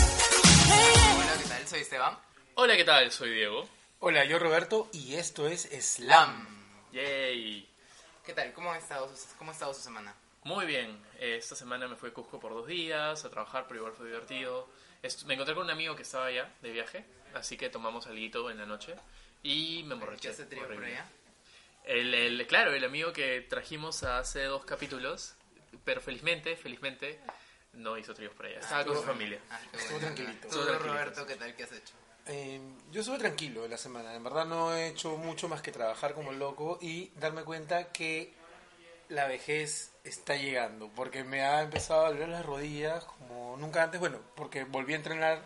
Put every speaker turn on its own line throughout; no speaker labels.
Hola, ¿qué tal? Soy Esteban.
Hola, ¿qué tal? Soy Diego.
Hola, yo Roberto y esto es Slam.
Lam.
Yay.
¿Qué tal? ¿Cómo ha estado su, cómo ha estado su semana?
Muy bien. Eh, Esta semana me fui a Cusco por dos días a trabajar, pero igual fue divertido. Est- me encontré con un amigo que estaba allá de viaje, así que tomamos algo en la noche y me emborraché.
¿Ya se trío por
horrible.
allá?
El, el- claro, el amigo que trajimos hace dos capítulos, pero felizmente, felizmente, no hizo tríos por allá. Estaba con su familia.
Ah, qué
Estuvo
bueno.
tranquilito.
Tú,
Estuvo tranquilito,
Roberto, ¿qué tal? ¿Qué has hecho?
Eh, yo estuve tranquilo la semana, en verdad no he hecho mucho más que trabajar como loco y darme cuenta que la vejez está llegando, porque me ha empezado a doler las rodillas como nunca antes, bueno, porque volví a entrenar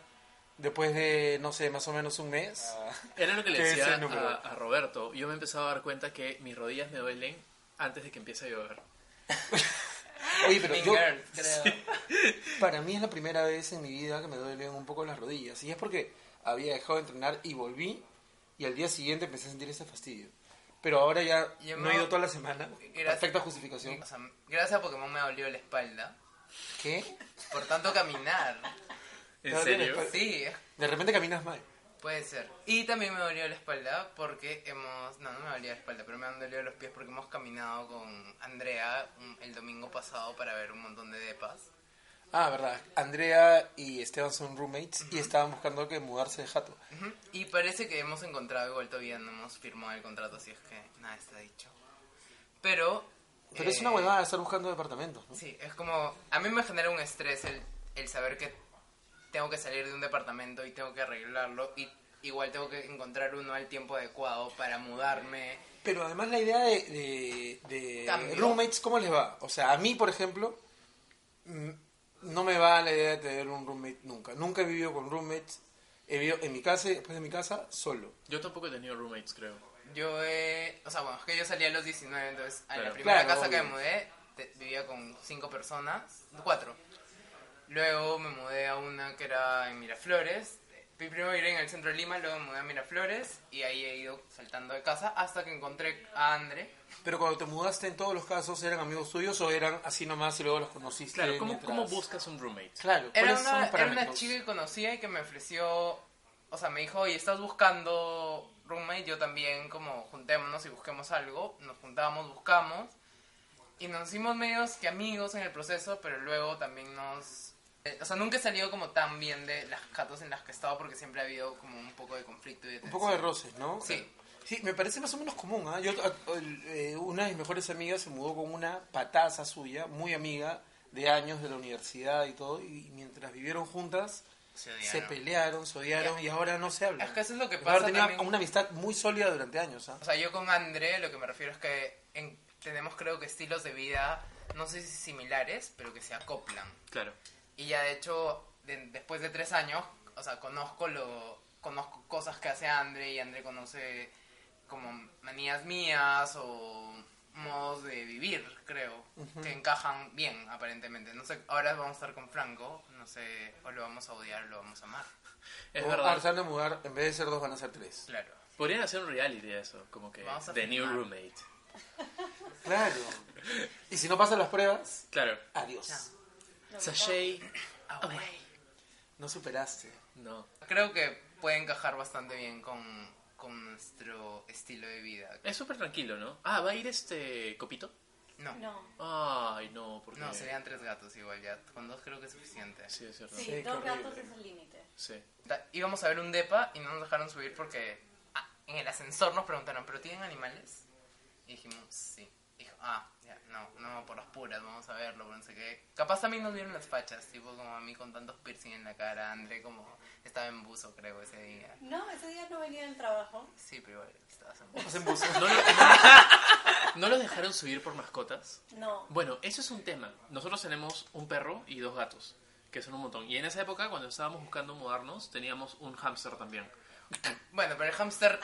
después de, no sé, más o menos un mes.
Ah.
Era lo que le
¿Qué es
decía
el número?
a, a Roberto. Yo me empezaba a dar cuenta que mis rodillas me duelen antes de que empiece a llover.
Oye, pero yo,
Fingers, creo.
para mí es la primera vez en mi vida que me duelen un poco las rodillas, y es porque había dejado de entrenar y volví, y al día siguiente empecé a sentir ese fastidio. Pero ahora ya
Yo
no
me-
he ido toda la semana.
Gracias.
Perfecta justificación.
O sea, gracias a Pokémon me dolió la espalda.
¿Qué?
Por tanto, caminar.
¿En
No, tiene
serio?
espal-
Sí, es-
De repente caminas mal.
puede ser. Y también me dolió la espalda porque hemos... No, no me dolió la espalda, pero me han dolido los pies porque hemos caminado con Andrea un- el domingo pasado para ver un montón de depas.
Ah, verdad. Andrea y Esteban son roommates y estaban buscando que mudarse de jato.
Ujú. Y parece que hemos encontrado igual todavía no hemos firmado el contrato, así es que nada está dicho. Pero...
Pero es
eh,
una huevada estar buscando departamentos, ¿no?
Sí, es como... A mí me genera un estrés el, el saber que tengo que salir de un departamento y tengo que arreglarlo y igual tengo que encontrar uno al tiempo adecuado para mudarme.
Pero además la idea de, de- de
Cambio.
roommates, ¿cómo les va? O sea, a mí, por ejemplo, mm, no me va la idea de tener un roommate nunca. Nunca he vivido con roommates. He vivido en mi casa y después de mi casa solo.
Yo tampoco he tenido roommates, creo.
Yo he... O sea, bueno, es que yo salí a los 19, entonces a la
Claro.
primera
Claro,
casa que me
obvio.
mudé te- vivía con cinco personas, cuatro. Luego me mudé a una que era en Miraflores. Fui Primero viví en el centro de Lima, luego me mudé a Miraflores y ahí he ido saltando de casa hasta que encontré a Andre.
Pero cuando te mudaste, en todos los casos, ¿eran amigos tuyos o eran así nomás y luego los conociste?
Claro, ¿cómo,
mientras-
¿cómo buscas un roommate?
Claro,
Era
¿cuáles son
una,
los
era una
parámetros?
chica que conocía y que me ofreció, o sea, me dijo, oye, estás buscando roommate, yo también, como juntémonos y busquemos algo. Nos juntamos, buscamos y nos hicimos medios que amigos en el proceso, pero luego también nos... eh, O sea, nunca he salido como tan bien de las catos en las que he estado porque siempre ha habido como un poco de conflicto y de
Un
tensión.
poco de roces, ¿no?
Sí.
Sí, me parece más o menos común. ¿ah? Yo, a- el- eh, una de mis mejores amigas se mudó con una pataza suya, muy amiga, de años de la universidad y todo, y mientras vivieron juntas,
Se
se
odiaron.
pelearon, se odiaron y ahora no se hablan.
Es que eso es lo que
Pero
pasa
Haber tenido
también.
una amistad muy sólida durante años. ¿ah?
O sea, yo con André lo que me refiero es que en- tenemos creo que estilos de vida, no sé si similares, pero que se acoplan.
Claro.
Y ya de hecho, de- después de tres años, o sea, conozco, lo, conozco cosas que hace André y André conoce como manías mías o modos de vivir, creo, que encajan bien, aparentemente. No sé, ahora vamos a estar con Franco, no sé, o lo vamos a odiar o lo vamos a amar.
Es
O
verdad.
ahora se van a mudar, en vez de ser dos van a ser tres.
Claro.
Podrían hacer un reality de eso, como que
Vamos a
The New
filmar.
Roommate.
Claro. Y si no pasan las pruebas,
Claro.
adiós.
Chao.
Sashay.
No superaste.
No.
Ah, Creo que puede encajar bastante bien con, con nuestro estilo de vida.
Es súper tranquilo, ¿no? Ah, ¿va a ir este copito?
No, no,
No,
Ay, no, porque...
serían tres gatos igual ya, con dos creo que es suficiente.
Sí, es cierto.
sí,
Sí, qué
dos gatos
horrible.
es el límite.
Sí.
Ta- Íbamos a ver un depa y no nos dejaron subir porque ah, en el ascensor nos preguntaron, ¿pero tienen animales? Y dijimos, sí. Dijo, ah, ya, no, no, por las puras, vamos a verlo, no sé qué. Capaz también nos vieron las fachas, tipo como a mí con tantos piercing en la cara, André como estaba en buzo creo ese día.
No, ese día no venía del trabajo.
Sí, pero igual estabas en buzo.
Hacen buzo.
No, lo- no- ¿no los dejaron subir por mascotas?
No.
Bueno, eso es un tema. Nosotros tenemos un perro y dos gatos, que son un montón. Y en esa época, cuando estábamos buscando mudarnos, teníamos un hámster también.
Bueno, pero el hamster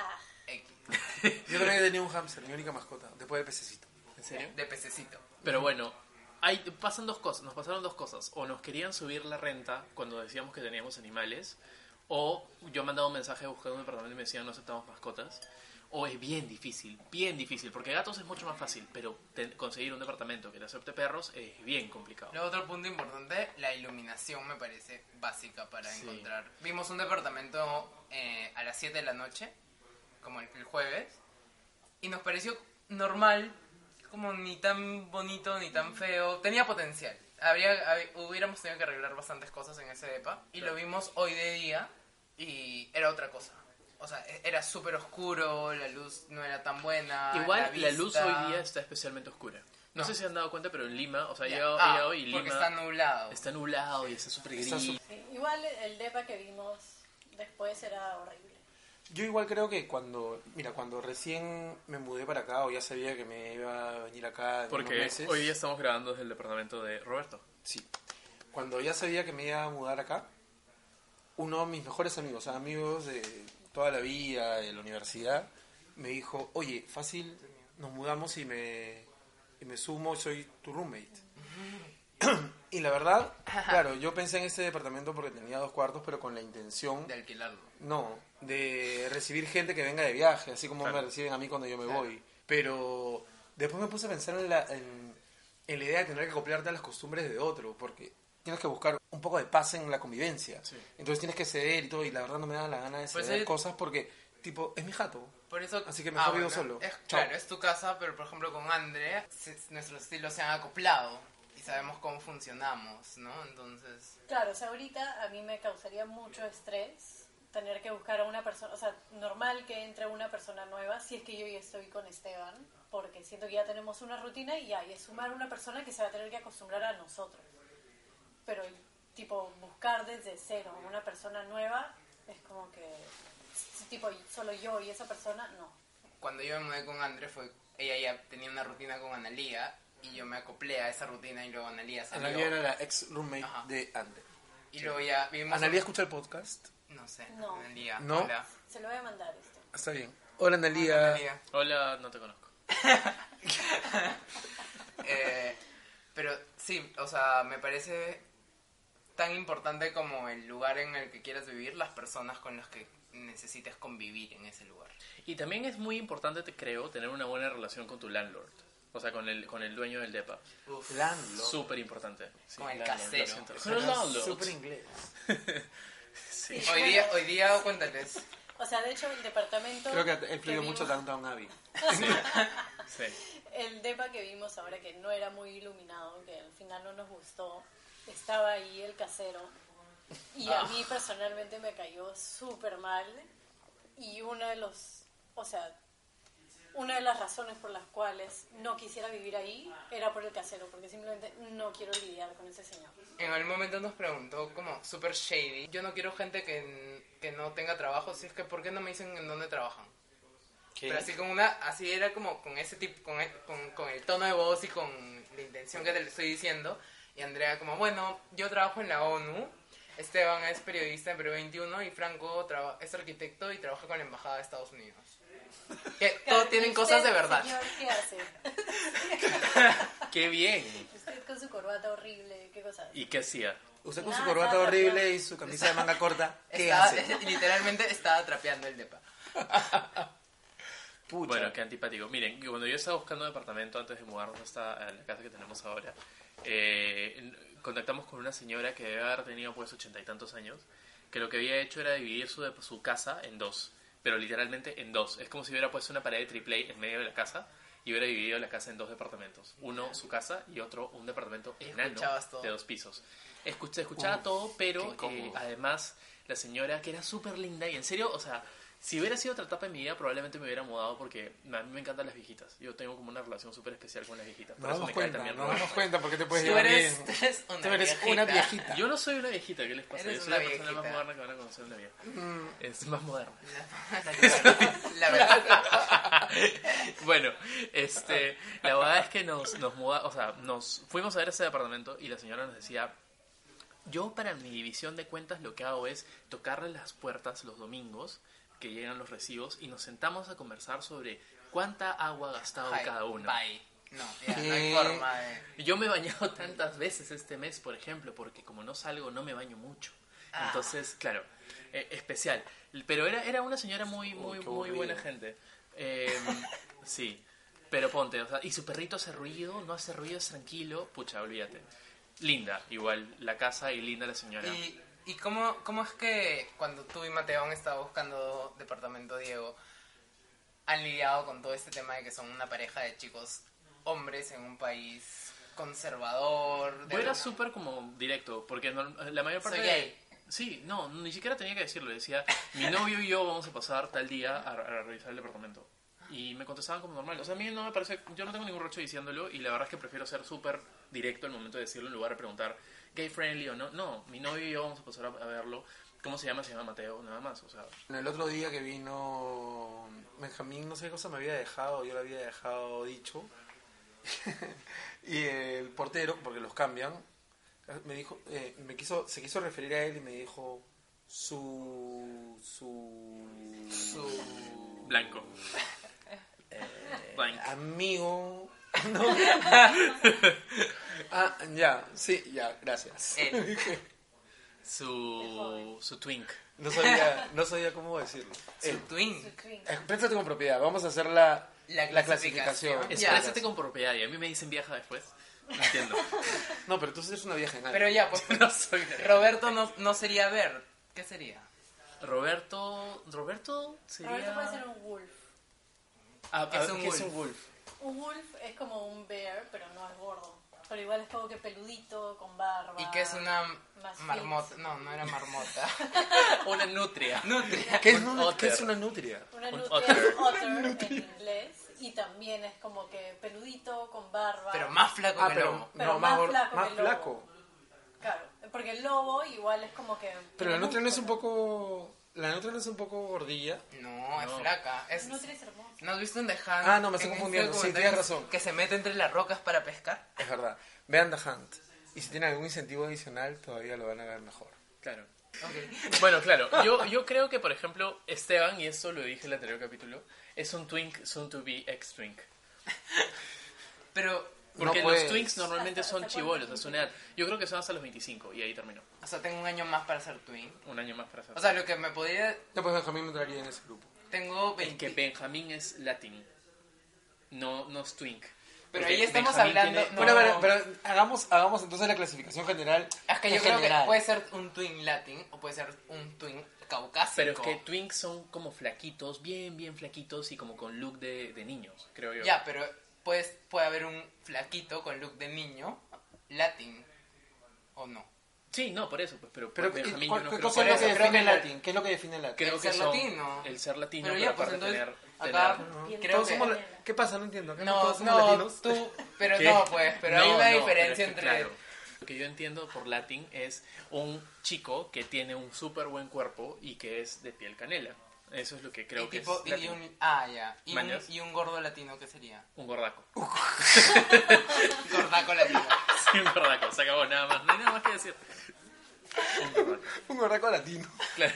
Yo creo que he tenido un hamster, mi única mascota, después del pececito.
¿En serio?
de pececito.
Pero bueno, hay, pasan dos cosas, nos pasaron dos cosas. O nos querían subir la renta cuando decíamos que teníamos animales, o yo mandaba un mensaje buscando un departamento y me decían no aceptamos mascotas. o es bien difícil, bien difícil, porque gatos es mucho más fácil, pero te- conseguir un departamento que te acepte perros es bien complicado.
Luego otro punto importante, la iluminación me parece básica para
Sí.
encontrar. Vimos un departamento eh, a las 7 de la noche, como el, el jueves, y nos pareció normal, como ni tan bonito ni tan feo. Tenía potencial. Habría, hab- hubiéramos tenido que arreglar bastantes cosas en ese depa, y lo vimos hoy de día, y era otra cosa. O sea, e- era súper oscuro, la luz no era tan buena.
Igual la, luz
vista-
hoy día está especialmente oscura. No,
No.
sé si han dado cuenta, pero en Lima, o sea, he
Ya.
llegado, he
Ah,
llegado y Lima
porque está nublado.
está nublado y está súper gris.
Está su-
Sí, Igual el depa que vimos después era horrible.
Yo igual creo que cuando, mira, cuando recién me mudé para acá o ya sabía que me iba a venir acá en unos
Porque
meses,
hoy día estamos grabando desde el departamento de Roberto.
sí, cuando ya sabía que me iba a mudar acá, uno de mis mejores amigos, o sea, amigos de toda la vida, de la universidad, me dijo, oye, fácil, nos mudamos y me, y me sumo, soy tu roommate. y la verdad, claro, yo pensé en este departamento porque tenía dos cuartos, pero con la intención
De alquilarlo.
No, de recibir gente que venga de viaje, así como
Claro.
me reciben a mí cuando yo me
Claro.
voy. Pero después me puse a pensar en la, en, en la idea de tener que acoplarte a las costumbres de otro, porque tienes que buscar un poco de paz en la convivencia.
Sí.
Entonces tienes que ceder y todo, y la verdad no me da la gana de
Pues
ceder
es-
cosas porque, tipo, es mi jato.
Por eso, Ah,
Así que mejor vivo solo.
Es,
Chao.
claro, es tu casa, pero por ejemplo con Andre, se- nuestros estilos se han acoplado y sabemos cómo funcionamos, ¿no? Entonces,
Claro, o sea, ahorita a mí me causaría mucho estrés tener que buscar a una persona, o sea, normal que entre una persona nueva, si es que yo ya estoy con Esteban, porque siento que ya tenemos una rutina y ya, y es sumar una persona que se va a tener que acostumbrar a nosotros. Pero, tipo, buscar desde cero a una persona nueva es como que, s- tipo, solo yo y esa persona, no.
cuando yo me mudé con Andre fue ella ya tenía una rutina con Analía y yo me acoplé a esa rutina y luego Analía salió
Analia era la ex roommate
Ajá.
de Ande.
y luego ya vimos
¿Analia escucha el podcast?
no sé,
No.
Analía.
No.
hola.
Se lo voy a mandar esto.
Está bien. Hola Analia.
Analía.
Hola, no te conozco.
Eh, pero sí, o sea, me parece tan importante como el lugar en el que quieras vivir, las personas con las que necesites convivir en ese lugar.
Y también es muy importante, te creo, tener una buena relación con tu landlord. O sea, con el, con el dueño del depa.
Landlord.
Súper importante. Sí,
Con el
landlord,
casero.
lo siento. Con el
Suena
landlord.
Súper inglés.
Sí.
Hoy día, hoy día, cuéntales.
O sea, de hecho, el departamento...
Creo que ha influido
vimos-
mucho Downtown Abbey.
Sí. Sí.
El depa que vimos ahora que no era muy iluminado, que al final no nos gustó, estaba ahí el casero. Y
Ah.
a mí personalmente me cayó súper mal. Y una de los, o sea, una de las razones por las cuales no quisiera vivir ahí era por el casero, porque simplemente no quiero lidiar con ese señor.
En el momento nos preguntó como super shady. Yo no quiero gente que, que no tenga trabajo, si es que ¿por qué no me dicen en dónde trabajan? Pero así con una, así era como con ese tipo, con el, con, con el tono de voz y con la intención que te le estoy diciendo. Y Andrea como, bueno, yo trabajo en la ONU, Esteban es periodista en Perú 21 y Franco traba- es arquitecto y trabaja con la Embajada de Estados Unidos. Que todos tienen
¿Y
cosas de
usted,
verdad.
Señor, ¿qué hace?
Qué bien.
Usted con su corbata horrible, qué cosa.
¿Y qué hacía?
Usted con su
Nada,
corbata
nada,
horrible
nada.
y su camisa de manga corta, ¿qué
Estaba-
hace?
literalmente estaba trapeando el depa.
Pucha.
Bueno, qué antipático. Miren, yo- cuando yo estaba buscando departamento antes de mudarnos a, esta- a la casa que tenemos ahora, eh, n- contactamos con una señora que debe haber tenido pues ochenta y tantos años, que lo que había hecho era dividir su, dep- su casa en dos, pero literalmente en dos. Es como si hubiera puesto una pared de triple A en medio de la casa y hubiera dividido la casa en dos departamentos. Uno su casa y otro un departamento enano
escuchabas todo.
de dos pisos. Escuch- se escuchaba todo, pero
qué incómodo.
eh, además la señora que era súper linda y en serio, o sea, si hubiera sido otra etapa en mi vida probablemente me hubiera mudado porque a mí me encantan las viejitas. Yo tengo como una relación súper especial con las viejitas. Por
nos
eso
damos
me cae
cuenta,
también
nos
Roberto.
damos cuenta porque te puedes
Tú
llevar
eres,
bien.
tú eres una
Pues Tú eres una viejita.
Yo no soy una viejita, ¿qué les pasa?
Eres
Yo soy
una
la persona más
viejita. Mm.
moderna que van a conocer en la vida. Es más moderna.
La verdad.
bueno, este, la verdad es que nos, nos muda- o sea, nos fuimos a ver ese departamento y la señora nos decía, yo para mi división de cuentas lo que hago es tocarle las puertas los domingos que llegan los recibos y nos sentamos a conversar sobre cuánta agua ha gastado
Bye,
cada uno.
Bye. No, ya, no hay
¿Qué?
forma de...
Yo me he bañado tantas veces este mes, por ejemplo, porque como no salgo, no me baño mucho.
Ah.
Entonces, claro, eh, especial. Pero era, era una señora muy, muy,
Oh, qué
muy buena
aburrido.
gente. Em, sí, pero ponte, o sea, y su perrito hace ruido, no hace ruido, es tranquilo, pucha, olvídate. Linda, igual la casa y linda la señora.
¿Y, y cómo, cómo es que cuando tú y Mateón estaban buscando departamento Diego, han lidiado con todo este tema de que son una pareja de chicos hombres en un país conservador? de
Yo era
alguna-
súper como directo, porque no- la mayor parte
Soy
de-
gay.
Sí, no, ni siquiera tenía que decirlo. Decía, mi novio y yo vamos a pasar tal día a, a revisar el departamento. Y me contestaban como normal. O sea, a mí no me parece, yo no tengo ningún rocho diciéndolo y la verdad es que prefiero ser súper directo al momento de decirlo en lugar de preguntar gay friendly o no. No, mi novio y yo vamos a pasar a, a verlo. ¿Cómo se llama? Se llama Mateo, nada más. O sea,
El otro día que vino Benjamín, no sé qué cosa me había dejado, yo le había dejado dicho. y el portero, porque los cambian, me dijo, eh, me quiso, se quiso referir a él y me dijo su su su
blanco. Blanco.
amigo. No. ah, ya, sí, ya, gracias.
Él.
El
Su,
joven.
su twink.
No sabía, no sabía cómo decirlo.
Su
Él.
twin.
Swing.
Exprésate con propiedad, vamos a hacer la,
La
la
clasificación.
clasificación.
Ya.
Exprésate con este propiedad y a mí me dicen vieja después. No entiendo.
No, pero tú eres una vieja en algo.
Pero ya, pues,
no soy
Roberto no, no sería Bert. ¿Qué sería?
Roberto. Roberto sería.
Roberto puede ser un wolf.
Ah, ah,
es un
¿qué es
wolf.
un wolf?
Un wolf es como un bear, pero no es gordo. Pero igual es como que peludito, con barba.
Y que es una
Más
marmota.
fit.
No, no era marmota.
Una nutria.
Nutria.
¿Qué es,
Un
una, qué es
otter.
una nutria?
Una
Un
nutria,
otter.
otter en inglés. Y también es como que peludito, con barba.
Pero más flaco
Ah,
que
pero,
lobo.
Pero
no,
más
más, gor-
flaco
más
que el
flaco.
lobo. Claro, porque el lobo igual es como que...
Pero la
tiene
nutria no es un
músculo.
poco... La nutria no es un poco gordilla.
No, es
No.
flaca. Es,
La nutria es hermosa.
¿No has visto en The Hunt?
Ah, no, me estoy
En este
confundiendo. Sí,
documental
tienes
que-
razón.
Que se mete entre las rocas para pescar.
Es verdad. Vean The Hunt. Y si tienen algún incentivo adicional, todavía lo van a ver mejor.
Claro.
Ok.
Bueno, claro. Yo, yo creo que, por ejemplo, Esteban, y esto lo dije en el anterior capítulo, es un twink soon to be ex twink.
Pero,
Porque
No, pues.
los twinks normalmente
¿Hasta-
son
hasta
chivolos,
cuándo?
a su edad. Yo creo que son hasta los 25 y ahí terminó.
o sea, tengo un año más para ser twin.
Un año más para hacer.
O sea, lo que me podría...
Ya pues Benjamín no entraría en ese grupo.
Tengo
el
20...
que Benjamín es latín. No, no es twink.
Pero
Porque
ahí estamos
Benjamín
hablando-
tiene-
no.
Bueno, pero, pero hagamos, hagamos entonces la clasificación general.
Es que pues, yo
en
creo
general.
que puede ser un twin latin o puede ser un twin caucásico.
Pero es que Twinks son como flaquitos, bien, bien flaquitos y como con look de, de niños, creo yo.
Ya, pero puedes, puede haber un flaquito con look de niño latin. ¿O no?
Sí, no, por eso, pues, pero,
Pero, ¿qué,
Benjamín
cuál-
yo no
qué
creo
cosa
que
es lo que
Por eso, creo
define
que
el
la-
latín? ¿qué es lo que define el latín?
creo
el
que
ser
son-
latino.
El ser latino,
Pero
pero,
ya, pues,
aparte
entonces,
tener,
acá-
tener-
No,
Bien,
creo
todos
que-
somos la- ¿Qué pasa? No entiendo. ¿Acá
No,
todos somos
no,
latinos?
tú... Pero
¿Qué?
no, pues, pero hay
No,
una
no, pero es
diferencia
que,
entre...
claro, Lo que yo entiendo por latín es un chico que tiene un súper buen cuerpo y que es de piel canela. Eso es lo que creo
y
que
tipo,
es
y
latín.
un, ah, ya. Y un,
Mañas.
y un gordo latino, ¿qué sería?
Un gordaco.
Gordaco latino.
Sí, un gordaco, se acabó nada más. No hay nada más que decir. Un gordaco,
Un gorraco latino.
claro.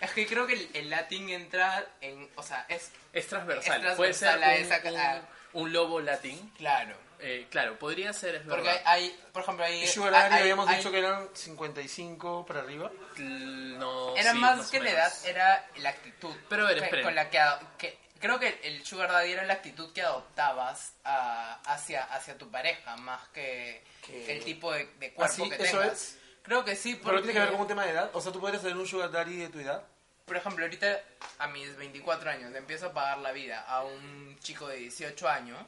Es que creo que el, el latín entra en. O sea, es.
Es transversal.
Es transversal
Puede ser
a
un,
esa ca-
un- un lobo latín.
Claro.
Eh, claro, podría ser, es
Porque hay,
verdad.
hay- Por ejemplo, hay.
Y Sugar Daddy
Eh, hay-
habíamos
hay-
dicho que eran 55 para arriba.
L- No,
Era
sí,
más,
o
que la
menos.
edad, eh. era la actitud.
Pero a ver,
que-
esperen.
Con la que, ado- que- Creo que el Sugar Daddy era la actitud que adoptabas a- hacia, hacia tu pareja, más que
Que-
el tipo de, de
¿Ah,
cuerpo
sí?
que
¿Eso
tengas.
es?
Creo que sí,
Pero
porque.
tiene que ver con un tema de edad. O sea, tú podrías tener un sugar daddy de tu edad.
Por ejemplo, ahorita a mis 24 años le empiezo a pagar la vida a un chico de 18 años,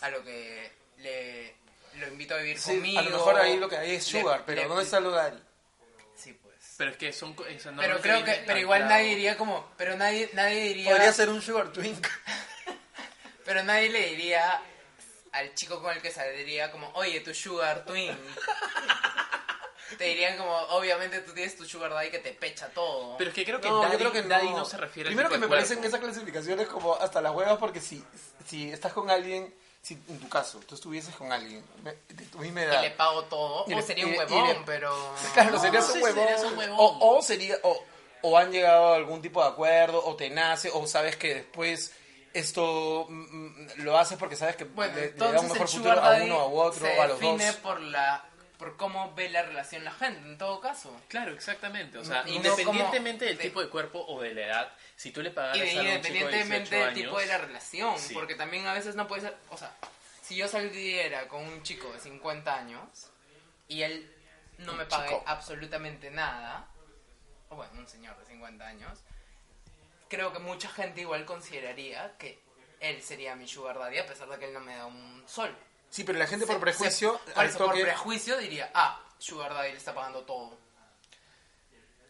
a lo que le lo invito a vivir conmigo.
a lo mejor ahí lo que hay es
le-
sugar, pero
le-
¿dónde está lo daddy?
Sí, pues.
Pero es que son. co- o sea, no-
pero
no se
creo
viene
que, pero
tan
igual
claro.
nadie diría como, pero nadie, nadie diría,
Podría ser un sugar twink.
pero nadie le diría al chico con el que saldría como, oye, tu sugar twin. Te dirían como, obviamente tú tienes tu sugar daddy que te pecha todo.
Pero es que creo que,
No,
daddy,
yo creo que no.
daddy no se refiere
Primero
al
que
tipo
me
de
parecen
cuerpo.
esas clasificaciones como hasta las huevas, porque si, si estás con alguien, si en tu caso tú estuvieses con alguien me- de tu misma
y
edad.
le pago todo,
Y
o
le-
sería un
y le- y
huevón,
le-
pero...
Claro,
No,
serías,
no sé
un
si
huevón,
serías un huevón.
O, o sería, o, o han llegado a algún tipo de acuerdo, o te nace, o sabes que después esto mm, mm, lo haces porque sabes que
Bueno,
le, le da un
entonces
mejor
el
futuro
sugar
a
daddy
uno, a otro,
se
a los dos.
define por la por cómo ve la relación la gente, en todo caso.
Claro, exactamente. O sea,
Y no
independientemente
como
del
de-
tipo de cuerpo o de la edad, si tú le pagaras
Y de-
a un chico de 18
independientemente del
años,
tipo de la relación,
Sí.
porque también a veces no puede ser, o sea, si yo saliera con un chico de 50 años y él no
Un
me pague
chico.
absolutamente nada, o bueno, un señor de 50 años, creo que mucha gente igual consideraría que él sería mi sugar daddy a pesar de que él no me da un sol.
Sí, pero la gente por
Se-
prejuicio,
se- por,
al
eso, por
toque-
prejuicio diría, ah, sugar daddy le está pagando todo.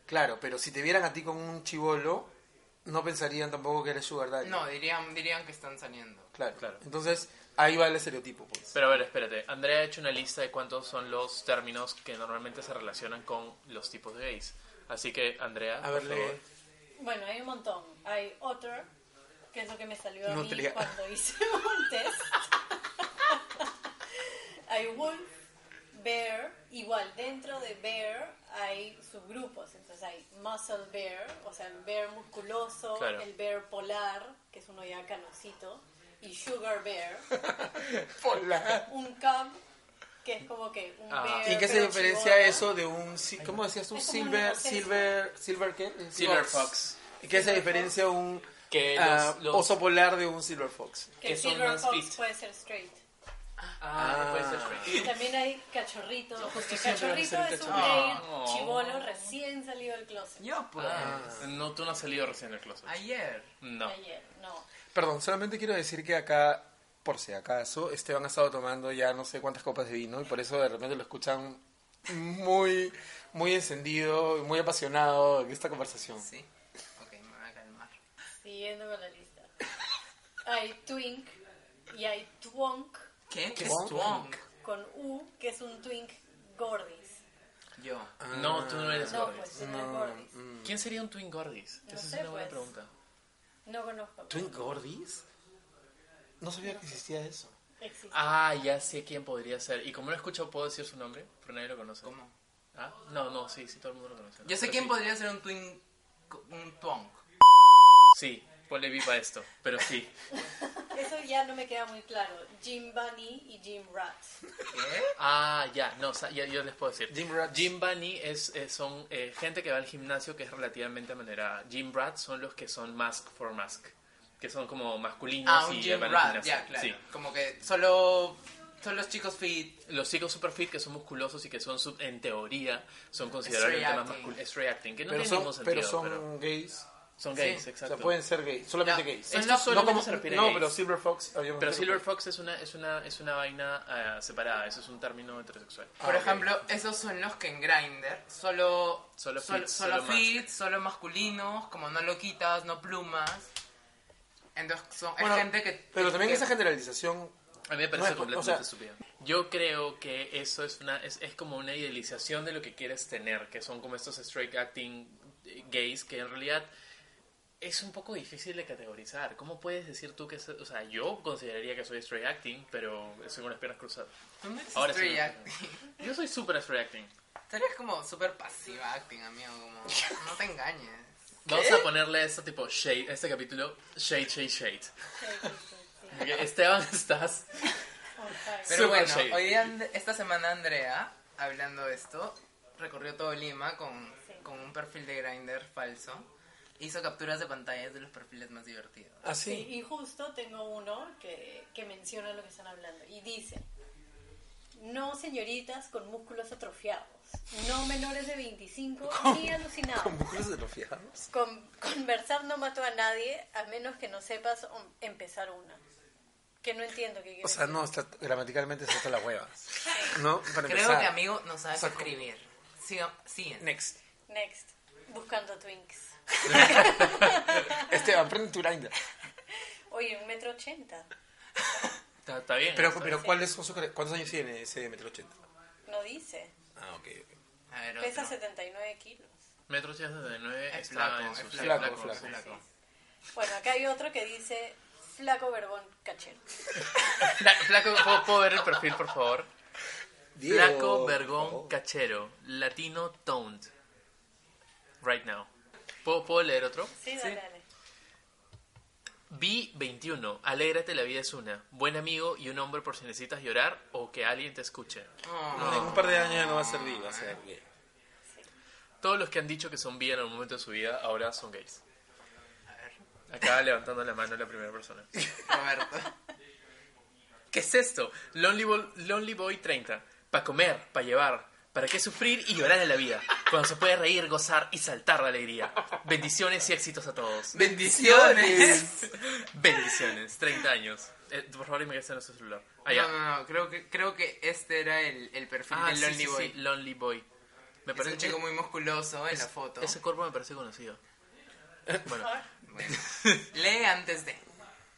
claro, pero si te vieran a ti con un chivolo, no pensarían tampoco que eres sugar daddy.
No, dirían, dirían que están saliendo.
claro.
Claro.
Entonces, ahí va el estereotipo, pues.
Pero a ver, espérate. Andrea ha hecho una lista de cuántos son los términos que normalmente se relacionan con los tipos de gays. Así que, Andrea,
A ver,
por favor.
lee.
Bueno, hay un montón. Hay other, que es lo que me salió a mí
Nutria.
cuando hice un test. hay wolf, bear, igual dentro de bear hay subgrupos. Entonces hay muscle bear, o sea, el bear musculoso,
Claro.
el bear polar, que es uno ya canosito, y sugar bear,
Hola.
un cub, que es como que un
Ah.
bear.
¿Y qué se
pero
diferencia
chibolo.
eso de un, si- cómo decías tú,
Es como un
silver,
inocente.
silver, silver qué?
Silver
Fox.
Fox.
¿Y qué se diferencia un
Que
ah,
los- los-
oso polar de un silver fox?
Que,
que
el
son
silver
más
fox
fit.
puede ser straight.
Ah, puede ser
Y También hay cachorrito. El
siempre voy a
cachorrito
ser el
es un gay
cachorrito. Ah.
chivolo recién salido del closet.
Yo, pues,
straight. No, tú no has salido recién del closet.
ayer.
Mm.
No.
Ayer, no.
Perdón, solamente quiero decir que acá, por si acaso, Esteban ha estado tomando ya no sé cuántas copas de vino y por eso de repente lo escuchan muy, muy encendido y muy apasionado en esta conversación.
Sí. Ok, me voy a calmar.
Siguiendo con la lista. Hay twink y hay twonk
¿Qué?
¿Qué
es
es
twonk?
con U, que es un twink gordis.
Yo.
No, tú no eres
No,
gordis.
pues, tú no es gordis.
¿Quién sería un twin gordis?
No
Esa
sé,
es una buena
pues.
pregunta.
No conozco.
¿Twin Gordis? No sabía que existía eso.
Existe.
Ah, ya sé quién podría ser. Y como no he escuchado, ¿puedo decir su nombre? Pero nadie lo conoce.
¿Cómo?
Ah, no, no, sí, sí, todo el mundo lo conoce.
Yo sé
Pero
quién
sí.
podría ser un twin... Un twonk.
Sí, ponle viva a esto, pero sí.
Eso ya no me queda muy claro. Jim Bunny y Jim Rat.
¿Qué?
Ah, ya, no, sa- ya, yo les puedo decir.
Gym rats.
Gym bunny es, eh, son eh, gente que va al gimnasio que es relativamente amanerada. Gym rats son los que son mask for mask, que son como masculinos
Ah, un
y
gym
van al
rat.
gimnasio.
Ya, claro.
Sí.
Como que solo... Son los chicos fit.
Los chicos super fit que son musculosos y que son sub- en teoría son considerablemente más
acting.
masculinos. Stray acting, que no
Pero
tiene
son,
ningún sentido,
pero son
pero
gays.
son
sí,
gays,
o sea,
O
exacto.
sea, pueden ser gays. Solamente
Ya,
gays.
son
Esto
los-
solamente
como-
se refiere a
no,
gays.
pero Silver Fox. habíamos
Pero
dicho
Silver
que-
Fox es una, es una, es una vaina eh, separada, eso es un término heterosexual.
Por
Ah, ok.
ejemplo, esos son los que en Grindr solo...
Solo
sol-
fit,
solo,
solo
fit, solo masculinos, como no lo quitas, no plumas. Entonces son,
Bueno,
es gente que...
Pero también
que-
esa generalización.
A mí me
No
parece
es-
completamente
o sea-
estúpido. Yo creo que eso es una es, es como una idealización de lo que quieres tener, que son como estos straight acting eh, gays que en realidad es un poco difícil de categorizar. ¿Cómo puedes decir tú que es- o sea, yo consideraría que soy straight acting, pero soy con las piernas cruzadas?
¿Dónde es
Ahora sí.
straight acting?
Yo soy super straight acting.
Tú eres como súper pasiva acting, amigo. Como, no te engañes.
Vamos a ponerle a este tipo shade, a este capítulo shade shade shade.
Sí, sí, sí, sí.
Porque Esteban estás
Ok.
Pero
Súper
bueno,
shady.
hoy día, And- esta semana Andrea, hablando de esto, recorrió todo Lima con,
Sí.
con un perfil de Grindr falso. Hizo capturas de pantallas de los perfiles más divertidos.
Ah,
Sí,
Así.
y justo tengo uno que, que menciona lo que están hablando y dice, no señoritas con músculos atrofiados, no menores de 25 ni alucinados.
Con mujeres atrofiadas.
Con- conversar no mató a nadie a menos que no sepas um, empezar una. Que no entiendo qué quiere
O sea,
decir.
no, está, gramaticalmente se está la hueva. ¿No? Para
Creo
empezar.
que amigo no sabe
Saco.
escribir. Sigan, siguen.
Next.
Next, buscando twinks.
Esteban, prende tu grinder.
Oye, un metro ochenta,
está, está bien.
Pero,
está bien.
pero ¿cuáles son sus, ¿cuántos años tiene ese de metro ochenta?
no dice.
Ah, ok. ok.
A ver, otro.
Pesa 79 kilos.
Metro 89
Es
está
flaco,
en
es
su
flaco,
flaco,
flaco,
flaco.
flaco.
Bueno, acá hay otro que dice flaco vergón cachero.
Fla- Flaco, ¿puedo, puedo ver el perfil, por favor?
Diego,
Flaco,
por
vergón,
favor.
cachero, latino, toned. Right now. ¿Puedo, puedo leer otro?
Sí, dale, dale.
Vi 21. Alégrate, la vida es una. Buen amigo y un hombre por si necesitas llorar o que alguien te escuche.
Oh,
En un par de años ya no va a ser vi, va a ser gay.
Todos los que han dicho que son bi en algún momento de su vida ahora son gays. Acaba levantando la mano la primera persona.
Roberto.
¿Qué es esto? Lonely, Bo- Lonely Boy 30. Para comer, para llevar. ¿Para qué sufrir y llorar en la vida? Cuando se puede reír, gozar y saltar de alegría. Bendiciones y éxitos a todos.
Bendiciones.
Bendiciones. 30 años. Eh, por favor, ingresa a nuestro celular. Ah, ya.
No, no, no, creo que, creo que este era el, el perfil
Ah,
del
sí,
Lonely
sí,
Boy.
sí, Lonely Boy. Me
Es un
parece
chico muy musculoso en la foto.
Ese cuerpo me parece conocido. Bueno,
Bueno. Lee antes de.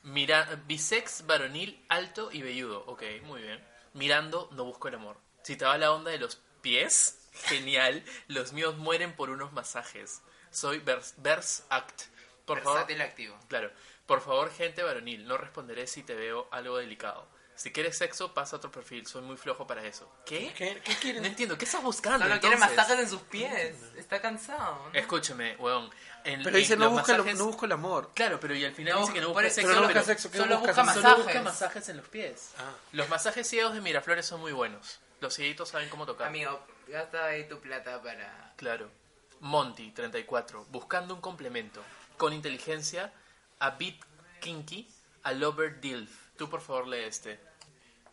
mira, bisex, varonil, alto y velludo. Ok, muy bien. Mirando, no busco el amor. Si te va la onda de los pies, genial. Los míos mueren por unos masajes. Soy vers, vers act. Por favor,
Versátil activo.
Claro. Por favor, gente varonil, no responderé si te veo algo delicado. Si quieres sexo, pasa a otro perfil. Soy muy flojo para eso. ¿Qué?
¿Qué, qué quieren?
No entiendo. ¿Qué estás buscando?
No, no quiere
entonces?
masajes en sus pies. Está cansado. ¿no?
Escúchame, weón. En-
Pero dice,
en
no
los
busca, lo-
masajes-
no busca el amor.
Claro, pero y al final
No,
dice que no
por
busca
eso-
sexo,
pero no
pero
busca
sexo, ¿qué
Solo
busca?
busca
solo
masajes.
busca masajes en los pies.
Ah.
Los masajes ciegos de Miraflores son muy buenos. Los cieguitos saben cómo tocar.
Amigo, gasta ahí tu plata para...
Claro. Monty, 34. Buscando un complemento. Con inteligencia, a Bit Kinky, a Lover Dilf. Tú, por favor, lee este.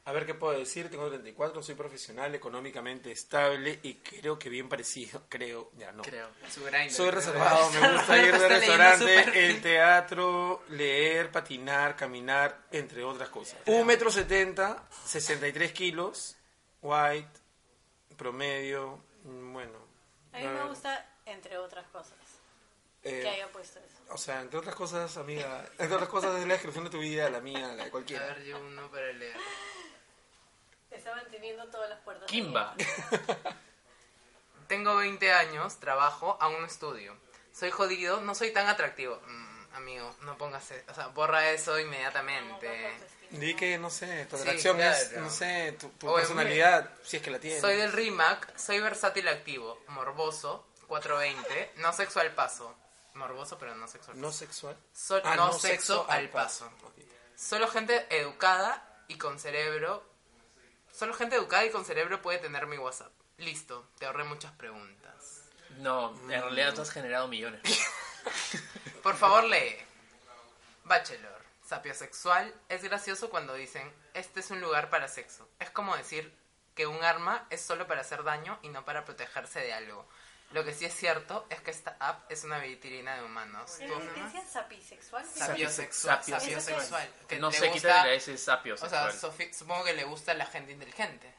A ver qué puedo decir, tengo 34, soy profesional, económicamente estable y creo que bien parecido, creo, ya no.
Creo.
Su grinder.
Soy reservado, me gusta
Está
ir de
leyendo su
restaurante,
perfil.
el teatro, leer, patinar, caminar, entre otras cosas. Un metro setenta, 63 kilos, white, promedio, mm, bueno.
A mí me
eh,
gusta, entre otras cosas,
eh,
que haya puesto eso.
o sea, entre otras cosas, amiga, entre otras cosas es la descripción de tu vida, la mía, la de
A
cualquiera.
ver, yo uno para leer.
Está manteniendo todas las puertas.
Kimba.
Tengo 20 años, trabajo, aún no estudio. Soy jodido, no soy tan atractivo. Mm, amigo, no pongas... e- O sea, borra eso inmediatamente.
Di que, no sé, tu
Sí,
atracción es,
claro.
no sé, tu, tu
O es muy-
personalidad, si es que la tienes.
Soy del RIMAC, soy versátil activo, morboso, 420, no sexo al paso. Morboso, pero no sexual.
No sexual. Ah,
Sol- no sexo al paso. Solo gente educada y con cerebro. Solo gente educada y con cerebro puede tener mi WhatsApp. Listo, te ahorré muchas preguntas.
No, en realidad tú has generado millones.
Por favor, lee. Bachelor, sapiosexual, es gracioso cuando dicen, este es un lugar para sexo. Es como decir que un arma es solo para hacer daño y no para protegerse de algo. Lo que sí es cierto es que esta app es una vitrina de humanos. ¿Tú,
¿Qué
mamá?
decía? ¿Sapisexual?
Sapiosexual.
Sapio-
Sapiosexual.
Que no
le
sé,
gusta-
quítale ese sapio
O sea,
sexual.
Sofi- supongo que le gusta la gente inteligente.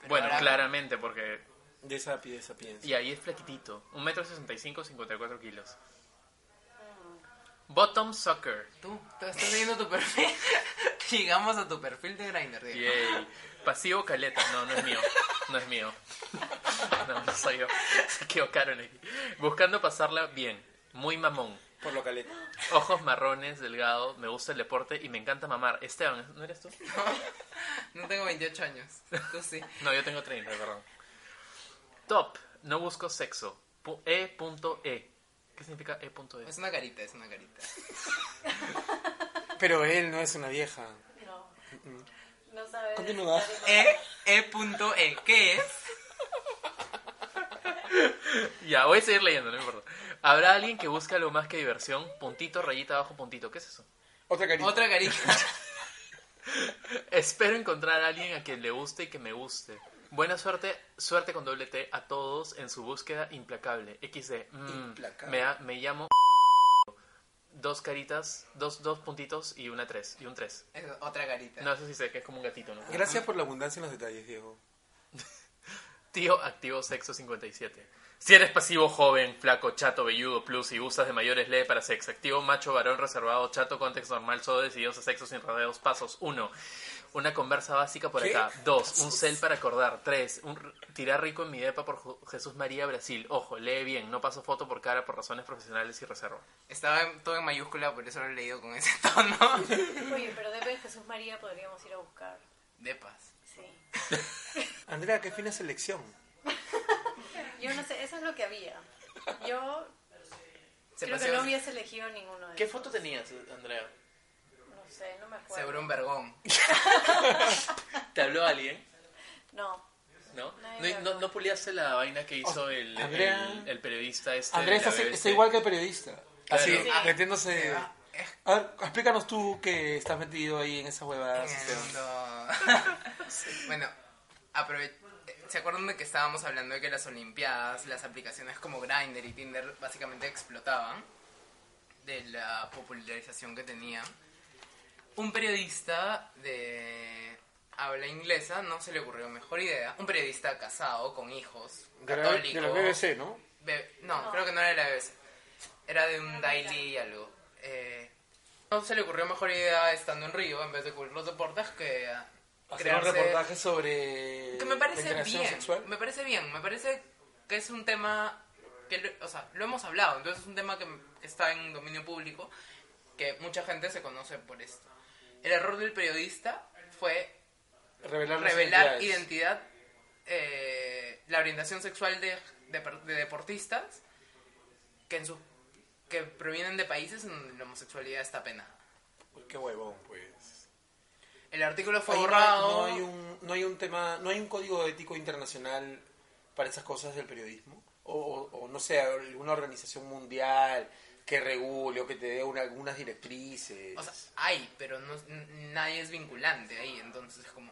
Pero
bueno,
ahora-
claramente, porque...
De esa pie, de esa piensa.
Y ahí es flaquitito. 1,65 metro 65, 54 kilos. Bottom Sucker.
Tú, tú estás leyendo tu perfil. Llegamos a tu perfil de Grindr, Diego.
Yay. Pasivo caleta. No, no es mío. No es mío. No, no soy yo. Se equivocaron aquí. Buscando pasarla bien. Muy mamón.
Por lo caleta.
Ojos marrones, delgado. Me gusta el deporte y me encanta mamar. Esteban, ¿no eres tú?
No tengo 28 años. Tú sí.
No, yo tengo 30, perdón. Top. No busco sexo. Pu- E.E. ¿Qué significa E E.E?
Es una carita, es una carita.
Pero él no es una vieja.
No. No sabe.
Continúa.
estar en-
E, E punto E. ¿Qué es?
Ya, voy a seguir leyendo, no me importa. ¿Habrá alguien que busque algo más que diversión? Puntito, rayita, abajo, puntito. ¿Qué es eso?
Otra carita.
Otra carita.
Espero encontrar a alguien a quien le guste y que me guste. Buena suerte, suerte con doble T a todos en su búsqueda implacable. XD. Mm,
Implacable.
Me, ha- me llamo. Dos caritas, dos, dos puntitos y una tres. Y un tres.
Es otra carita.
No, eso sí sé que es como un gatito, ¿no?
Gracias por la abundancia en los detalles, Diego.
Tío activo sexo 57. Si eres pasivo, joven, flaco, chato, velludo, plus y usas de mayores, lee para sexo. Activo, macho, varón, reservado, chato, contexto normal, solo decididos a sexo sin rodeos, pasos. 1. Una conversa básica por
¿Qué?
acá. 2. Un cel para acordar. 3. Un r- tirar rico en mi depa por Ju- Jesús María, Brasil. Ojo, lee bien, no paso foto por cara por razones profesionales y reserva.
Estaba en- todo en mayúscula, por eso lo he leído con ese tono.
Oye, pero debe de Jesús María podríamos ir a buscar.
De paz.
Sí.
Andrea, qué fina selección.
Yo no sé, eso es lo que había. Yo
Se
Creo que
paseó-
no hubiese elegido ninguno de
¿Qué
esos.
foto tenías, Andrea?
No sé, no me acuerdo.
Seguro un vergón.
¿Te habló alguien?
No.
¿No?
Nadie
¿No,
me habló.
no, no puliaste la vaina que hizo
Oh,
el,
Andrea-
el, el periodista este?
Andrés
de la
está, se-
BBC?
está igual que el periodista.
Claro.
Así,
Sí.
metiéndose.
Ah, es
A ver, explícanos tú que estás metido ahí en esas
en
huevadas.
el
Esteban.
mundo. bueno, aprove- ¿se acuerdan de que estábamos hablando de que las Olimpiadas, las aplicaciones como Grindr y Tinder básicamente explotaban de la popularización que tenían? Un periodista de habla inglesa no se le ocurrió mejor idea. Un periodista casado con hijos,
De la,
católico.
de la BBC, ¿no?
Be- no,
No.
creo que no era de la BBC. Era de un
Era de la-
daily y algo. Eh, no se le ocurrió mejor idea estando en Río en vez de cubrir los deportes que ah,
Hacer un
crearse-
reportaje sobre.
Que me parece
penetración
bien.
sexual.
Me parece bien. Me parece que es un tema que, lo- o sea, lo hemos hablado. Entonces es un tema que que está en dominio público, que mucha gente se conoce por esto. El error del periodista fue
Revelar, las
revelar
identidades.
identidad, eh, la orientación sexual de, de per- de deportistas que, en sus- que provienen de países en donde la homosexualidad está penada.
Uy, Qué huevón, pues.
El artículo fue
Ahí no-
borrado.
No hay, un, no hay un tema, no hay un código ético internacional para esas cosas del periodismo. O, o- o no sé, alguna organización mundial que regule o que te dé una- algunas directrices.
O sea, hay, pero no, n- nadie es vinculante ahí, entonces es como,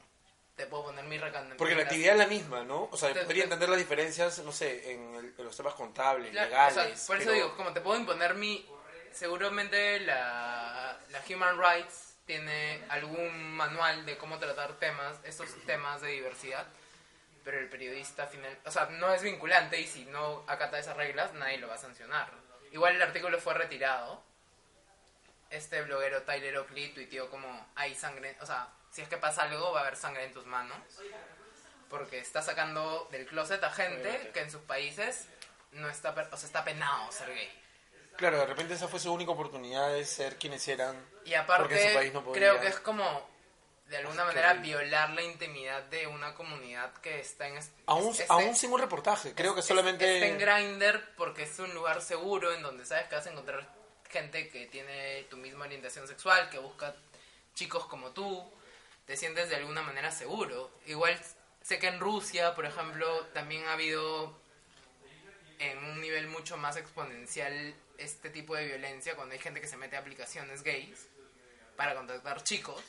te puedo poner mi recanto.
Porque la actividad es la misma, ¿no? O sea,
Te-
podría
te-
entender las diferencias, no sé, en, el- en los temas contables,
Claro,
legales.
o sea, por eso
pero-
digo, como te puedo imponer mi... Seguramente la, la Human Rights tiene algún manual de cómo tratar temas, estos temas de diversidad, pero el periodista final... O sea, no es vinculante y si no acata esas reglas nadie lo va a sancionar. Igual el artículo fue retirado. Este bloguero Tyler Oakley tuiteó como hay sangre... O sea, si es que pasa algo va a haber sangre en tus manos. Porque está sacando del closet a gente
Obviamente.
que en sus países no está, per- o sea, está penado ser gay.
Claro, de repente esa fue su única oportunidad de ser quienes eran.
Y aparte,
Porque en su país no podía.
creo que es como, de alguna
Qué
manera,
horrible.
violar la intimidad de una comunidad que está en... es-
Aún,
es-
aún sin un reportaje, creo que
es-
solamente...
Está en Grindr porque es un lugar seguro en donde sabes que vas a encontrar gente que tiene tu misma orientación sexual, que busca chicos como tú, te sientes de alguna manera seguro. Igual sé que en Rusia, por ejemplo, también ha habido en un nivel mucho más exponencial este tipo de violencia cuando hay gente que se mete a aplicaciones gays para contactar chicos,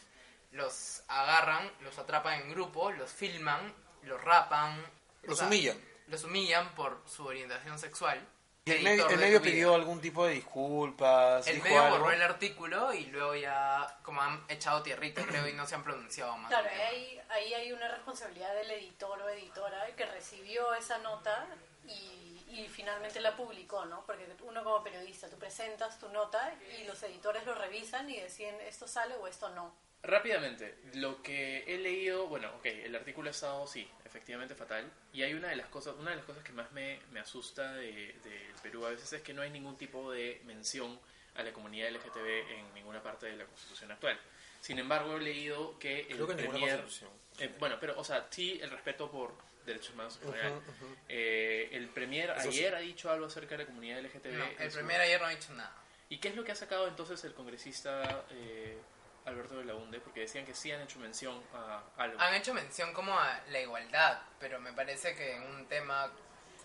los agarran, los atrapan en grupo, los filman, los rapan, o
Los humillan.
Los humillan por su orientación sexual.
Y el,
Editor
medio, el
de
medio
tu vida.
pidió algún tipo de disculpas.
El
dijo
medio
algo.
borró el artículo y luego ya, como han echado tierrita, creo, y no se han pronunciado más.
Claro, ahí, ahí hay una responsabilidad del editor o editora que recibió esa nota y, y finalmente la publicó, ¿no? Porque uno como periodista, tú presentas tu nota y los editores lo revisan y deciden esto sale o esto no.
Rápidamente, lo que he leído, bueno, ok, el artículo ha estado, sí, efectivamente fatal. Y hay una de las cosas, una de las cosas que más me, me asusta de, del Perú a veces es que no hay ningún tipo de mención a la comunidad LGTB en ninguna parte de la constitución actual. Sin embargo, he leído que el
Creo que ninguna
premier-
constitución.
eh, bueno, pero, o sea, sí, el respeto por derechos humanos en
Ujú,
general.
ujú.
Eh, el premier
Eso sí.
ayer ha dicho algo acerca de la comunidad LGTB.
No,
en
el
su-
primer ayer no ha dicho nada.
¿Y qué es lo que ha sacado entonces el congresista eh, Alberto de la UNDE? Porque decían que sí han hecho mención a algo.
Ah,
Han hecho mención como a la igualdad, pero me parece que en un tema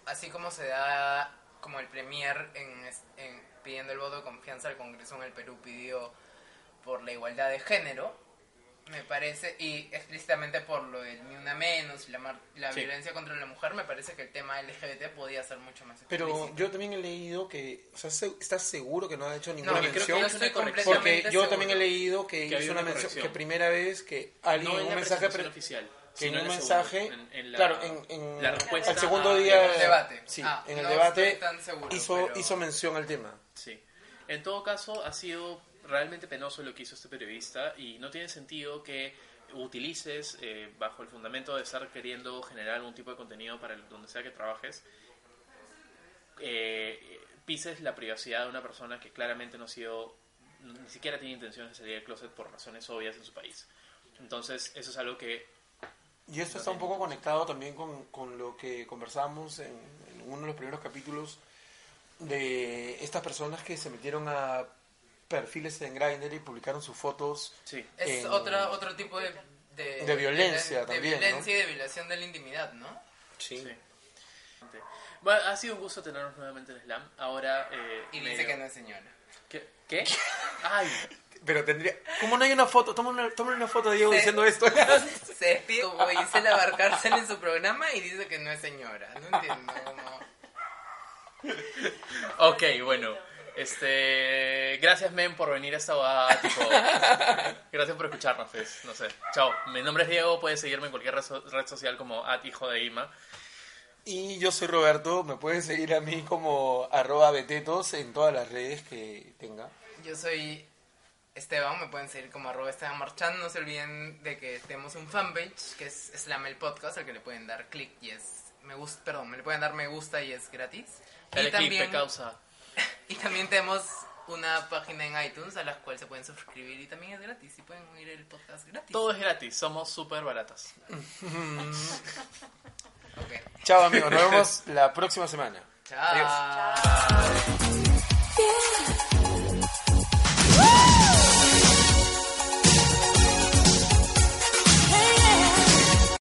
así como se da, como el Premier en, es- en pidiendo el voto de confianza al Congreso en el Perú pidió por la igualdad de género, me parece, y explícitamente por lo del ni una menos y la, mar- la
Sí.
violencia contra la mujer, me parece que el tema LGBT podía ser mucho más
Pero
explícito.
yo también he leído que... O sea, se- ¿estás seguro que no ha hecho ninguna
no, yo creo que
mención?
yo estoy
Porque
completamente
Porque yo
seguro.
también he leído que,
Que ha
hizo
habido
una
una
mención,
corrección.
que primera vez que alguien
no en
un
la
mensaje...
presentación
pre-
oficial.
que en
sino
un
la
mensaje,
segunda, en- en la-
claro, en, en-
la respuesta
al segundo
a-
día,
En el debate.
sí,
Ah,
en el
no
debate
estoy tan seguro,
hizo
pero-
hizo mención al tema.
Sí. En todo caso, ha sido realmente penoso lo que hizo este periodista y no tiene sentido que utilices, eh, bajo el fundamento de estar queriendo generar un tipo de contenido para el- donde sea que trabajes, eh, pises la privacidad de una persona que claramente no ha sido, ni siquiera tiene intenciones de salir del closet por razones obvias en su país. Entonces, eso es algo que
Y esto está un poco conectado también con, con lo que conversamos en, en uno de los primeros capítulos de estas personas que se metieron a perfiles en Grindr y publicaron sus fotos.
Sí.
Es
en-
otra, otro tipo de... De,
De
de-
violencia
de
también, ¿no?
violencia y de violación de la intimidad, ¿no?
Sí.
Sí. Bueno, ha sido un gusto tenernos nuevamente en Slam. Ahora. Eh,
Y
medio-
dice que no es señora.
¿Qué? ¿Qué? Ay,
Pero tendría... ¿Cómo no hay una foto? Toma una, toma una foto de Diego
Sí.
diciendo esto.
Se despide como Gisela Barcarcel en su programa y dice que no es señora. No entiendo. no.
ok, bueno. Este. Gracias, Men, por venir a esta bobada, tipo, Gracias por escucharnos, pues, No sé. Chao. Mi nombre es Diego. Puedes seguirme en cualquier red, so- red social como at hijo de Ima.
y yo soy Roberto. Me pueden seguir a mí como arroba betetos en todas las redes que tenga.
Yo soy Esteban, me pueden seguir como arroba Esteban Marchand. No se olviden de que tenemos un fanpage que es Slam el Podcast, al que le pueden dar clic y es me gusta, perdón, me le pueden dar me gusta y es gratis.
Dale
y,
click,
también,
pe causa.
y también tenemos una página en iTunes a la cual se pueden suscribir y también es gratis y pueden oír el podcast gratis.
Todo es gratis. Somos súper baratas.
Ok.
Chao amigos, nos vemos la próxima semana.
Chao.
Chao.
Yeah.